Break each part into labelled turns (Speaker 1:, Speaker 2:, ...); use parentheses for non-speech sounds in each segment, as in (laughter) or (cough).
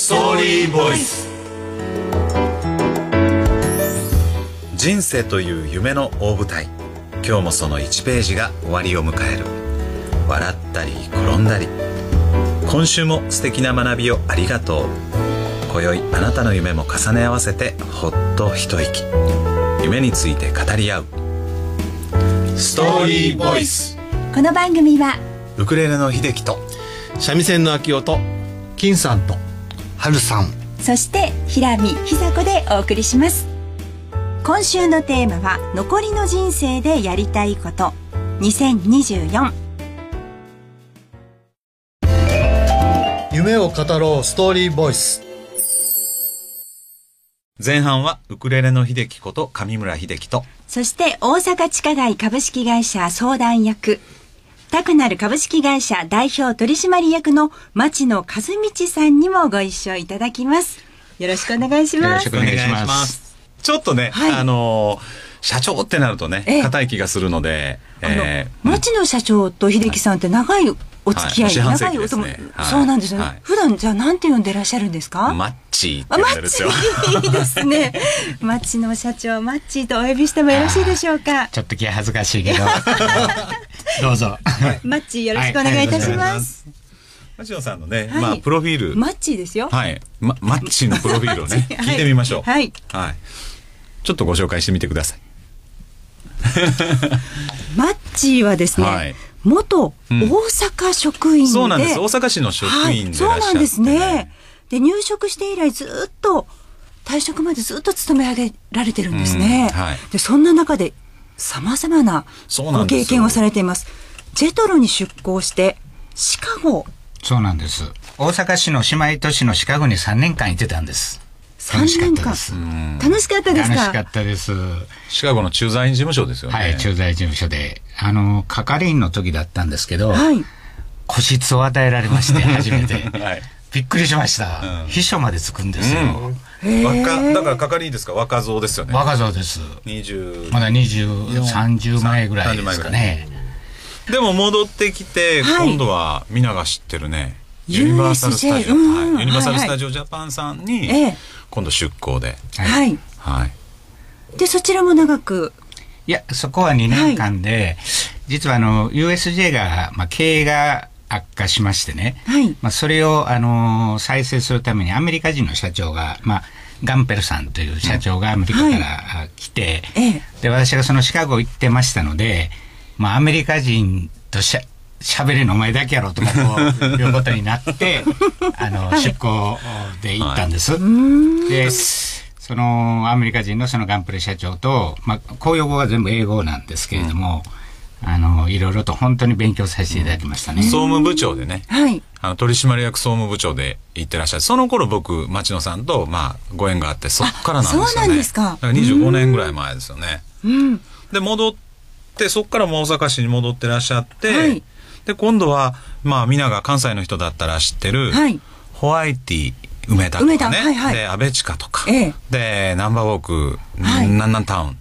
Speaker 1: ーボイス
Speaker 2: 人生という夢の大舞台今日もその1ページが終わりを迎える笑ったり転んだり今週も素敵な学びをありがとう今宵あなたの夢も重ね合わせてほっと一息夢について語り合う
Speaker 1: ストーリーボイス
Speaker 3: この番組は
Speaker 2: ウクレレの秀樹と
Speaker 4: 三味線の秋音金さんと
Speaker 5: 春さん
Speaker 3: そして平見久子でお送りします今週のテーマは残りの人生でやりたいこと2024
Speaker 4: 夢を語ろうストーリーボイス
Speaker 2: 前半はウクレレの秀樹こと上村秀樹と
Speaker 3: そして大阪地下街株式会社相談役高なる株式会社代表取締役の町野和道さんにもご一緒いただきますよろしくお願いします
Speaker 2: お願いしますちょっとね、
Speaker 3: はい
Speaker 2: あのー社長ってなると
Speaker 3: え
Speaker 2: ね
Speaker 3: え
Speaker 2: 硬い気がするので、
Speaker 3: あの
Speaker 2: えー
Speaker 3: 町野社長と秀樹さんって長いお付き合、
Speaker 2: はいい四半世
Speaker 3: 長い
Speaker 2: 紀
Speaker 3: お友、
Speaker 2: ですねはい
Speaker 3: そうなんですよね、
Speaker 2: はい
Speaker 3: 普段じゃあなんて呼んでらっしゃるんですか、
Speaker 2: マッチーって
Speaker 3: あ
Speaker 2: 呼ん
Speaker 3: マ
Speaker 2: でるん
Speaker 3: ッ
Speaker 2: で
Speaker 3: チ
Speaker 2: すよ (laughs)
Speaker 3: ーいいですね。マッチの社長マッチーとお呼びしてもよろしいでしょうか。
Speaker 5: ちょっと気恥ずかしいけ
Speaker 4: (laughs)
Speaker 5: どどうぞ
Speaker 3: マッチーよろしくお願いいたします。
Speaker 2: 町野さんのね、
Speaker 3: はい
Speaker 2: まあプロフィール、
Speaker 3: マッチーですよ。
Speaker 2: はい、ま、マッチーのプロフィールをね
Speaker 3: マッチーはい
Speaker 2: 聞いてみましょう
Speaker 3: はい
Speaker 2: はい、ちょっとご紹介してみてください
Speaker 3: マッチーはですね、
Speaker 2: はい
Speaker 3: 元大阪職員で、
Speaker 2: そうなんです大阪市の職員でいら
Speaker 3: は
Speaker 2: っ
Speaker 3: い、
Speaker 2: しゃっ
Speaker 3: そうな
Speaker 2: て、
Speaker 3: んですね。で入職して以来ずっと退職までずっと勤め上げられてるんですね。
Speaker 2: うんはい
Speaker 3: でそんな中でさまざまな
Speaker 2: そうな
Speaker 3: ご
Speaker 2: んですよ
Speaker 3: 経験をされています。ジェトロに出向してシカゴ
Speaker 5: そうなんです大阪市の姉妹都市のシカゴに3年間いてたんです楽しか
Speaker 3: 3
Speaker 5: っ
Speaker 3: 年
Speaker 5: た
Speaker 3: 間
Speaker 5: です
Speaker 3: 楽しかったで
Speaker 5: 楽
Speaker 3: す
Speaker 5: しか
Speaker 3: か
Speaker 5: ったです
Speaker 2: シカゴの駐在員事務所ですよね
Speaker 5: はい駐在事務所であの係員の時だったんですけど、
Speaker 3: はい
Speaker 5: 個室を与えられま (laughs) して初めて、
Speaker 2: はい
Speaker 5: びっくりしました、
Speaker 2: うん
Speaker 5: 秘書までつくんですよ、
Speaker 2: 若だから係員ですか若造ですよね
Speaker 5: 若造です
Speaker 2: 20
Speaker 5: まだ2030前ぐらいですかね
Speaker 2: でも戻ってきて、
Speaker 3: はい
Speaker 2: 今度は皆が知ってるね
Speaker 3: USJ
Speaker 2: ユニバーサル・スタジオ、
Speaker 3: うんうん
Speaker 2: はいユニバーサル・
Speaker 3: はいは
Speaker 2: スタ
Speaker 3: い
Speaker 2: ジオ・ジャパンさんに、
Speaker 3: ええ
Speaker 2: 今度出向で、
Speaker 5: はい
Speaker 3: はい。
Speaker 2: はい、
Speaker 3: でそちらも長く
Speaker 5: いや、そこは2年間で、実はあの、USJ が、まあ、経営が悪化しましてね、
Speaker 3: はい
Speaker 5: まあ、それを、あのー再生するためにアメリカ人の社長が、まあ、ガンペルさんという社長がアメリカからあ来て、
Speaker 3: ええ
Speaker 5: で、私がそのシカゴ行ってましたので、まあ、アメリカ人としゃ、喋れるのお前だけやろとかこういうことにな (laughs) ってあの、出向で行ったんです。でそのアメリカ人のそのガンプレ社長と、まあ、公用語は全部英語なんですけれども、あのいろいろと本当に勉強させていただきましたね。
Speaker 2: 総務部長でね、
Speaker 3: はい
Speaker 2: あの取締役総務部長で行ってらっしゃるその頃僕町野さんとまあご縁があってそっからなんですよね
Speaker 3: あそうなんですか
Speaker 2: だら25年ぐらい前ですよね
Speaker 3: うん
Speaker 2: で戻ってそっからもう大阪市に戻ってらっしゃって、
Speaker 3: はい
Speaker 2: で今度はまあ皆が関西の人だったら知ってる、
Speaker 3: はい
Speaker 2: ホワイティ梅田とかね
Speaker 3: 梅田はいはい
Speaker 2: で安倍地下とか、
Speaker 3: ええ
Speaker 2: でナンバーウォーク、
Speaker 3: はい
Speaker 2: なんなんタウン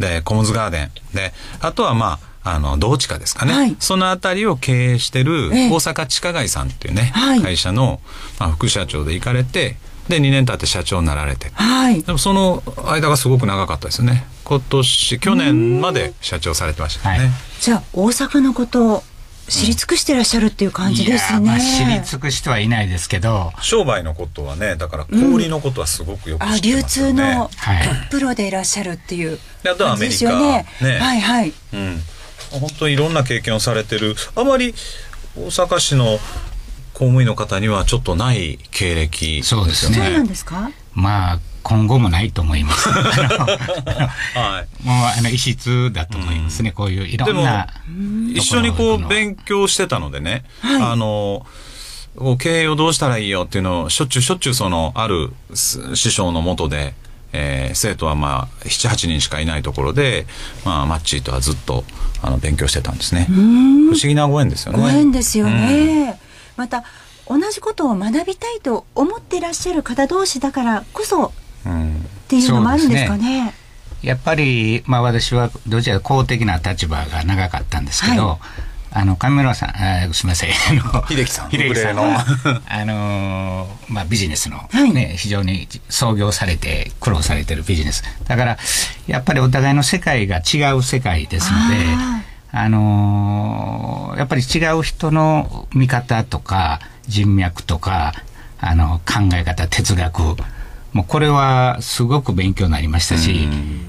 Speaker 2: でコムズガーデンであとはまああの同地下ですかね、
Speaker 3: はい
Speaker 2: その辺りを経営してる
Speaker 3: ええ
Speaker 2: 大阪地下街さんっていうね、
Speaker 3: はい
Speaker 2: 会社の、まあ、副社長で行かれてで2年経って社長になられて
Speaker 3: はい
Speaker 2: でもその間がすごく長かったですよね今年去年まで社長されてましたよね、
Speaker 5: はい
Speaker 3: じゃあ大阪のことを知り尽くしてらっしゃるっていう感じですね。
Speaker 5: いやーまあ知り尽くしてはいないですけど、
Speaker 2: 商売のことはねだから小売りのことはすごくよく
Speaker 3: あ
Speaker 2: 知って
Speaker 3: 流
Speaker 2: ますよ
Speaker 3: 通
Speaker 2: ね、
Speaker 3: の
Speaker 5: はい
Speaker 3: プロでいらっしゃるっていう
Speaker 2: であとはア
Speaker 3: 感
Speaker 2: メ
Speaker 3: じ
Speaker 2: リ
Speaker 3: で
Speaker 2: カ
Speaker 3: すよね。
Speaker 2: ね
Speaker 3: はいはい。
Speaker 2: うん、本当にいろんな経験をされてるあまり大阪市の公務員の方にはちょっとない経歴
Speaker 5: そうですね
Speaker 3: そうなんですか。
Speaker 5: まあ今後もないと思います。あ
Speaker 2: は
Speaker 5: のもうあの異質だと思いますね、こういういろ
Speaker 2: で
Speaker 5: ん
Speaker 2: も
Speaker 5: な。
Speaker 2: 一緒にこ
Speaker 5: ところ
Speaker 2: う
Speaker 5: が行くのは
Speaker 2: 勉強してたのでね、
Speaker 3: はい
Speaker 2: あのこう経営をどうしたらいいよっていうのをしょっちゅうしょっちゅうそのあるす師匠のもとで、えー生徒はまあ78人しかいないところで、まあ、マッチーとはずっとあの勉強してたんですね不思議なご縁ですよね
Speaker 3: ご縁ですよ
Speaker 2: うん
Speaker 3: ね。また同じことを学びたいと思っていらっしゃる方同士だからこそ
Speaker 2: うん
Speaker 3: っていうのもあるんですか
Speaker 5: そう
Speaker 3: ね。
Speaker 5: やっぱり、まあ、私はどちらか公的な立場が長かったんですけど、
Speaker 3: は
Speaker 5: あの上村さん、えーすみません、あの
Speaker 2: 秀樹さん
Speaker 5: 秀樹さん
Speaker 2: 僕ら
Speaker 5: は、 (laughs) あのーまあビジネスの、
Speaker 3: い
Speaker 5: ね非常に創業されて苦労されてるビジネス。だからやっぱりお互いの世界が違う世界ですので、あのーやっぱり違う人の見方とか人脈とかあの考え方哲学もうこれはすごく勉強になりましたし、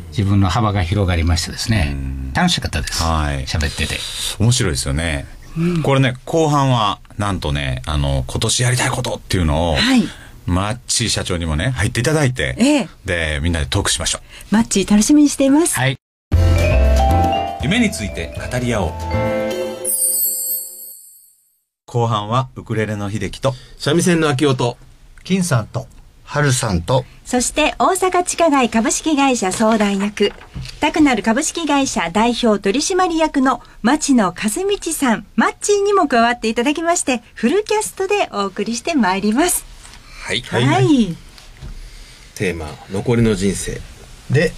Speaker 5: 自分の幅が広がりましてですね、楽しかったです。
Speaker 2: はい
Speaker 5: 喋ってて。
Speaker 2: 面白いですよね。これね、後半は、なんとね、あの、今年やりたいことっていうのを、
Speaker 3: はい
Speaker 2: マッチー社長にもね、入っていただいて、
Speaker 3: ええ
Speaker 2: で、みんなでトークしましょう。
Speaker 3: マッチー楽しみにしています。
Speaker 5: はい。
Speaker 2: 夢について語り合おう。後半は、ウクレレの秀樹と、
Speaker 4: 三味線の秋音。
Speaker 6: 金さんと春さんと
Speaker 3: そして大阪地下街株式会社相談役、タクナル株式会社代表取締役の町野和道さん、マッチーにも加わっていただきまして、フルキャストでお送りしてまいります。
Speaker 2: はい。
Speaker 3: はい。
Speaker 4: テーマ、残りの人生。
Speaker 6: で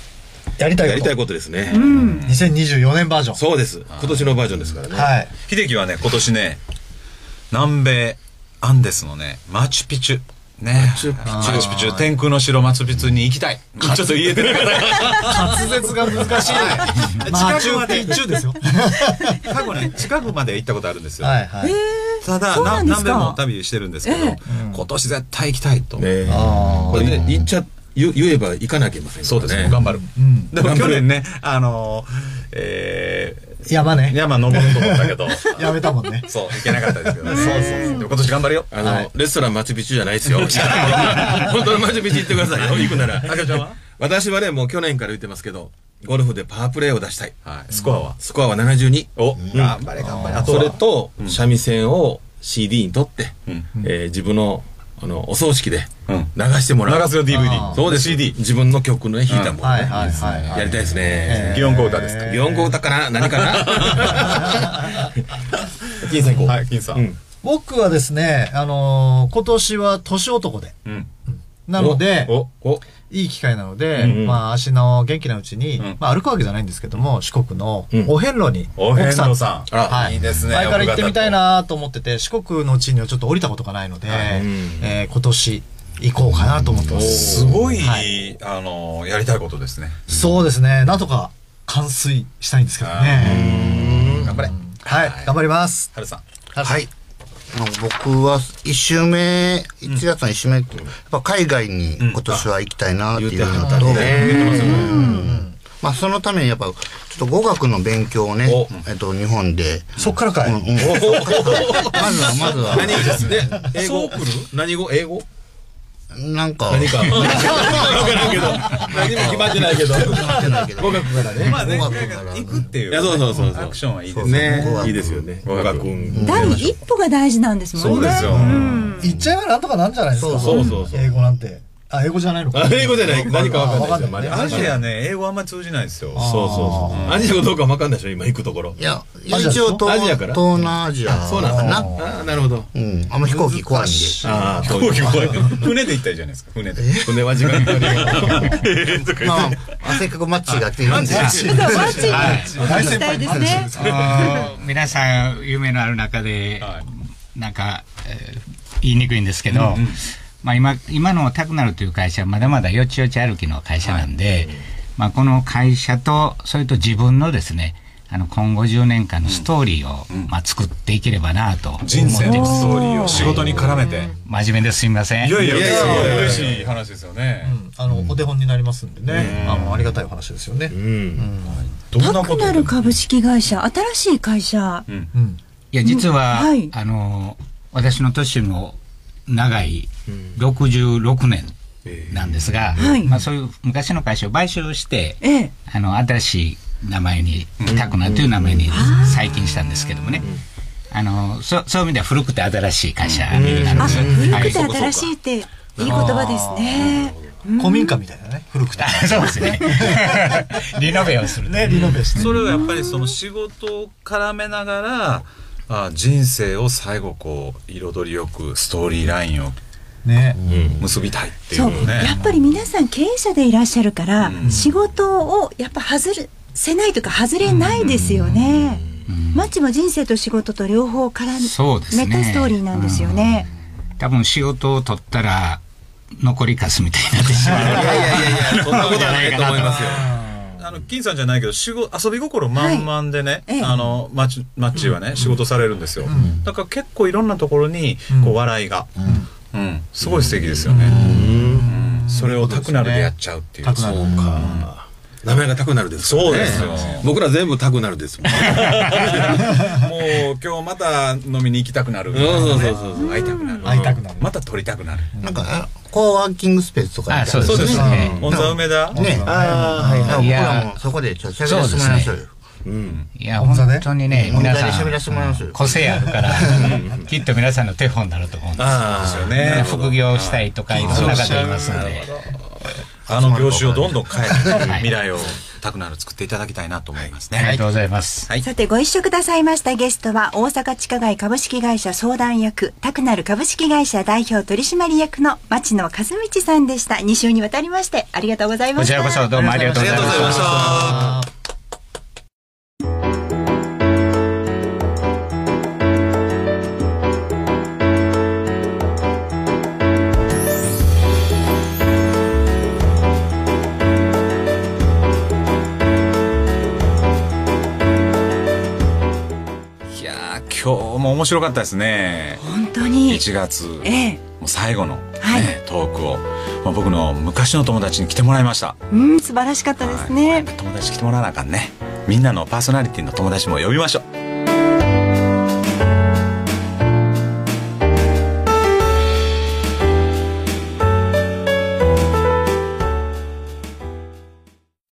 Speaker 6: やりたいこと
Speaker 4: やりたいことですね。
Speaker 6: 2024年バージョン
Speaker 4: そうです。今年のバージョンですからね。
Speaker 6: はい
Speaker 2: 秀樹はね、今年ね、南米アンデスのね、マチュピチュ。ね、マチュピチュ。天空の城マチュピチュに行きたい。ちょっと言えてなかった。
Speaker 6: 滑舌が難しい
Speaker 2: 近
Speaker 6: マ
Speaker 2: く
Speaker 6: チ
Speaker 2: ま
Speaker 6: ュ
Speaker 2: で
Speaker 6: ピチュですよ
Speaker 2: 過去ね、近くまで行ったことあるんですよ。
Speaker 6: はいはい
Speaker 2: ただ、
Speaker 3: そうなんですか
Speaker 2: 何べも旅してるんですけど、今年絶対行きたいと。
Speaker 4: ね
Speaker 6: あ
Speaker 4: これね、言っちゃ、言言えば行かなきゃいけませんからね。
Speaker 2: そうですね。頑張る。
Speaker 6: ん
Speaker 2: でも去年ね、あのー、えー、
Speaker 6: 山ね
Speaker 2: 山登ろうと思ったけど、
Speaker 6: やめたもんね
Speaker 2: そう、行けなかったですけどね。でも今年頑張るよ。
Speaker 4: あの、レストランマチュピチュじゃないですよ。 (laughs) 本当のマチュピチュ行ってくださいよ。行くなら。
Speaker 2: 赤ちゃんは
Speaker 4: 私はね、もう去年から言ってますけど、ゴルフでパワープレーを出したい。
Speaker 2: はい。スコアは
Speaker 4: スコアは72。
Speaker 2: お、頑張れ頑張れ。あと
Speaker 4: そ
Speaker 2: は
Speaker 4: れと、三味線を CD に取って、
Speaker 2: ん
Speaker 4: えー自分の、あの、お葬式で
Speaker 2: うん
Speaker 4: 流してもらう。
Speaker 2: 流すよ DVD。
Speaker 4: そうです。CD。自分の曲のね、弾いたもの
Speaker 6: はい
Speaker 4: ね。
Speaker 6: はいはいはい
Speaker 4: やりたいですね。
Speaker 2: 祇園コータですか。
Speaker 4: 日本語歌かな何かな金さん行こう。
Speaker 2: はい、金さん。
Speaker 4: うん
Speaker 6: 僕はですねあのー今年は年男で
Speaker 2: うん。
Speaker 6: なので
Speaker 2: お、お、
Speaker 6: いい機会なので、
Speaker 4: うんうん
Speaker 6: まあ足の元気なうちに、
Speaker 2: ん
Speaker 6: まあ歩くわけじゃないんですけども、四国の
Speaker 4: うん
Speaker 6: お遍路に、
Speaker 2: お遍路さん
Speaker 6: 奥
Speaker 2: あいいですね
Speaker 6: 前から行ってみたいなと思ってて、四国の地にはちょっと降りたことがないので、えー今年行こうかなと思ってます。
Speaker 2: すごい、
Speaker 6: は
Speaker 2: あの、やりたいことですね。
Speaker 6: そうですね、なんとか完遂したいんですけどね。
Speaker 2: 頑張れ。
Speaker 6: はい、頑張ります。
Speaker 2: 春さん。
Speaker 7: はい。僕は一周目、1月の一周目、やっぱ海外に今年は行きたいなっていうのと、うんまあそのためにやっぱちょっと語学の勉強をね
Speaker 4: お、
Speaker 7: えっと日本で、
Speaker 6: そっからかい。
Speaker 7: うんうんまずはまずは、
Speaker 4: 何ですね。英語何語英語
Speaker 7: なんか、
Speaker 4: 何か。
Speaker 7: (laughs)
Speaker 4: 何かからんけど。何も決まってないけど。語学からね。
Speaker 2: まあね、
Speaker 7: 語学から
Speaker 2: 行くっていう。
Speaker 4: いやそうそうそうそう
Speaker 2: アクションはいいですね。
Speaker 7: 語
Speaker 4: ね
Speaker 7: 学
Speaker 4: いいですよね。
Speaker 2: 語学
Speaker 3: 第一歩が大事なんですも
Speaker 2: そ
Speaker 3: ん
Speaker 2: う
Speaker 3: ね。
Speaker 2: ですよ。
Speaker 6: 行っちゃえばなんとかなんじゃないですか。
Speaker 4: そうそうそう
Speaker 6: 英語なんて。あ、英語じゃないのか
Speaker 4: あ。英語じゃない。何かわかんないですよ。
Speaker 6: わかんないね
Speaker 4: まだ
Speaker 2: アジアね、英語あんま通じないですよ。
Speaker 4: そうそうそう。アジアかどうかわかんないでしょ、今行くところ。
Speaker 7: いや、一応東
Speaker 4: アジア
Speaker 7: 東
Speaker 4: から
Speaker 7: 南アジア
Speaker 4: あそうなんだ
Speaker 7: かな。
Speaker 4: ああ、なるほど。
Speaker 7: うん、あんま飛行機怖いんで。
Speaker 4: ああ、飛
Speaker 2: 飛行機
Speaker 4: (laughs)
Speaker 2: 怖い。船で行ったじゃないですか、船で。
Speaker 4: 船は時間かかるよ。
Speaker 7: まあまあ、せっかくマッチーがっているんで、
Speaker 3: そうマッチー行きたいですね。
Speaker 5: あの皆さん夢のある中で、なんか、えー言いにくいんですけど、まあ、今今のタクナルという会社はまだまだよちよち歩きの会社なんで、まあ、この会社とそれと自分のですねあの今後10年間のストーリーを、まあ、作っていければなと思って
Speaker 2: 人生の
Speaker 5: ます
Speaker 2: ストーリーを仕事に絡めて。
Speaker 5: 真面目ですみません
Speaker 2: いやいや、
Speaker 4: いやいや
Speaker 2: すご
Speaker 4: いや
Speaker 2: い
Speaker 4: いや
Speaker 2: 嬉しい話ですよね。
Speaker 6: あの、お手本になりますんでね。あの、ありがたいお話ですよね。
Speaker 4: うん。
Speaker 2: どんな
Speaker 3: タ
Speaker 2: こ
Speaker 3: ク
Speaker 2: と
Speaker 3: ナル株式会社、新しい会社。
Speaker 5: いや実は、
Speaker 3: うんはい
Speaker 5: あの私の年も長い66年なんですが、
Speaker 3: はい
Speaker 5: まあ、そういう昔の会社を買収して、
Speaker 3: ええ。
Speaker 5: あの新しい名前にタクナという名前に最近したんですけどもね、あのそそういう意味では古くて新しい会社なん
Speaker 3: あ、
Speaker 5: です、
Speaker 3: 古
Speaker 5: は
Speaker 3: く
Speaker 5: い
Speaker 3: て新しいって、いい言葉ですね。
Speaker 6: 古民家みたいなね。古くて。
Speaker 5: あそうです
Speaker 3: (laughs)
Speaker 5: ねリノベをする
Speaker 6: ね、リノベーション。
Speaker 2: それをやっぱりその仕事を絡めながら、あ人生を最後こう、彩りよくストーリーラインを
Speaker 6: ね。
Speaker 2: 結びたいっていう
Speaker 3: そう、
Speaker 2: の
Speaker 3: や
Speaker 2: ね。
Speaker 3: っぱり皆さん経営者でいらっしゃるから、仕事をやっぱ外せないというか外れないですよね。マッチも人生と仕事と両方絡
Speaker 5: そうですね
Speaker 3: めたストーリーなんですよね。
Speaker 5: 多分仕事を取ったら残りカスみたいになってしまう
Speaker 2: いやいやいやいや、そんなことはないと思いますよ。あの、金さんじゃないけど、仕事、遊び心満々でね、
Speaker 3: はいええ
Speaker 2: あの、マッチ、マッチはね、仕事されるんですよ。だから結構いろんなところに、こう、笑いが、うん、すごい素敵ですよね。うんそれをタクナルでやっちゃうっていう。
Speaker 6: タクナル
Speaker 2: そうか
Speaker 1: 名前がタクナルですからね
Speaker 2: そうですよ。
Speaker 1: 僕ら全部タクナルですもん
Speaker 2: (laughs) もう、今日また飲みに行きたくなる。
Speaker 1: そうそうそうそう
Speaker 2: 会いたくなる。
Speaker 6: 会いたくなる
Speaker 2: また撮りたくなる。
Speaker 7: なんか、コーワーキングスペースとか
Speaker 5: あ
Speaker 7: みた
Speaker 5: そ
Speaker 7: いうな
Speaker 5: ですね
Speaker 2: オンザ梅田
Speaker 7: ね。
Speaker 6: ああ、
Speaker 7: だから僕
Speaker 5: い
Speaker 7: ら
Speaker 5: や
Speaker 7: もそこでちょっと喋らせてもらいましょうよ。
Speaker 5: いや本当にね
Speaker 7: うん
Speaker 5: 皆
Speaker 7: 問題
Speaker 5: さ
Speaker 7: で喋らせてもらいます
Speaker 5: ん個性あるから (laughs) きっと皆さんの手本になると思うんです
Speaker 2: ああ、そうですよね。
Speaker 5: 副業したいとかいろんな方いますんで
Speaker 2: あの業種をどんどん変えて、
Speaker 5: はい
Speaker 2: 未来をタクナル作っていただきたいなと思いますね。
Speaker 5: ありがとうございます
Speaker 2: はい
Speaker 3: さてご一緒くださいましたゲストは大阪地下街株式会社相談役タクナル株式会社代表取締役の町野和道さんでした2週にわたりましてありがとうございま
Speaker 5: こ
Speaker 3: し
Speaker 5: ち
Speaker 3: た
Speaker 5: らこそどうもありがとうございました
Speaker 2: いやー今日も面白かったですね。
Speaker 3: 本当に
Speaker 2: 1月、
Speaker 3: ええ
Speaker 2: もう最後の、ね
Speaker 3: はい
Speaker 2: トークを、まあ、僕の昔の友達に来てもらいました。
Speaker 3: うん素晴らしかったです
Speaker 2: はい
Speaker 3: ね
Speaker 2: 友達来てもらわなあかんね。みんなのパーソナリティの友達も呼びましょう。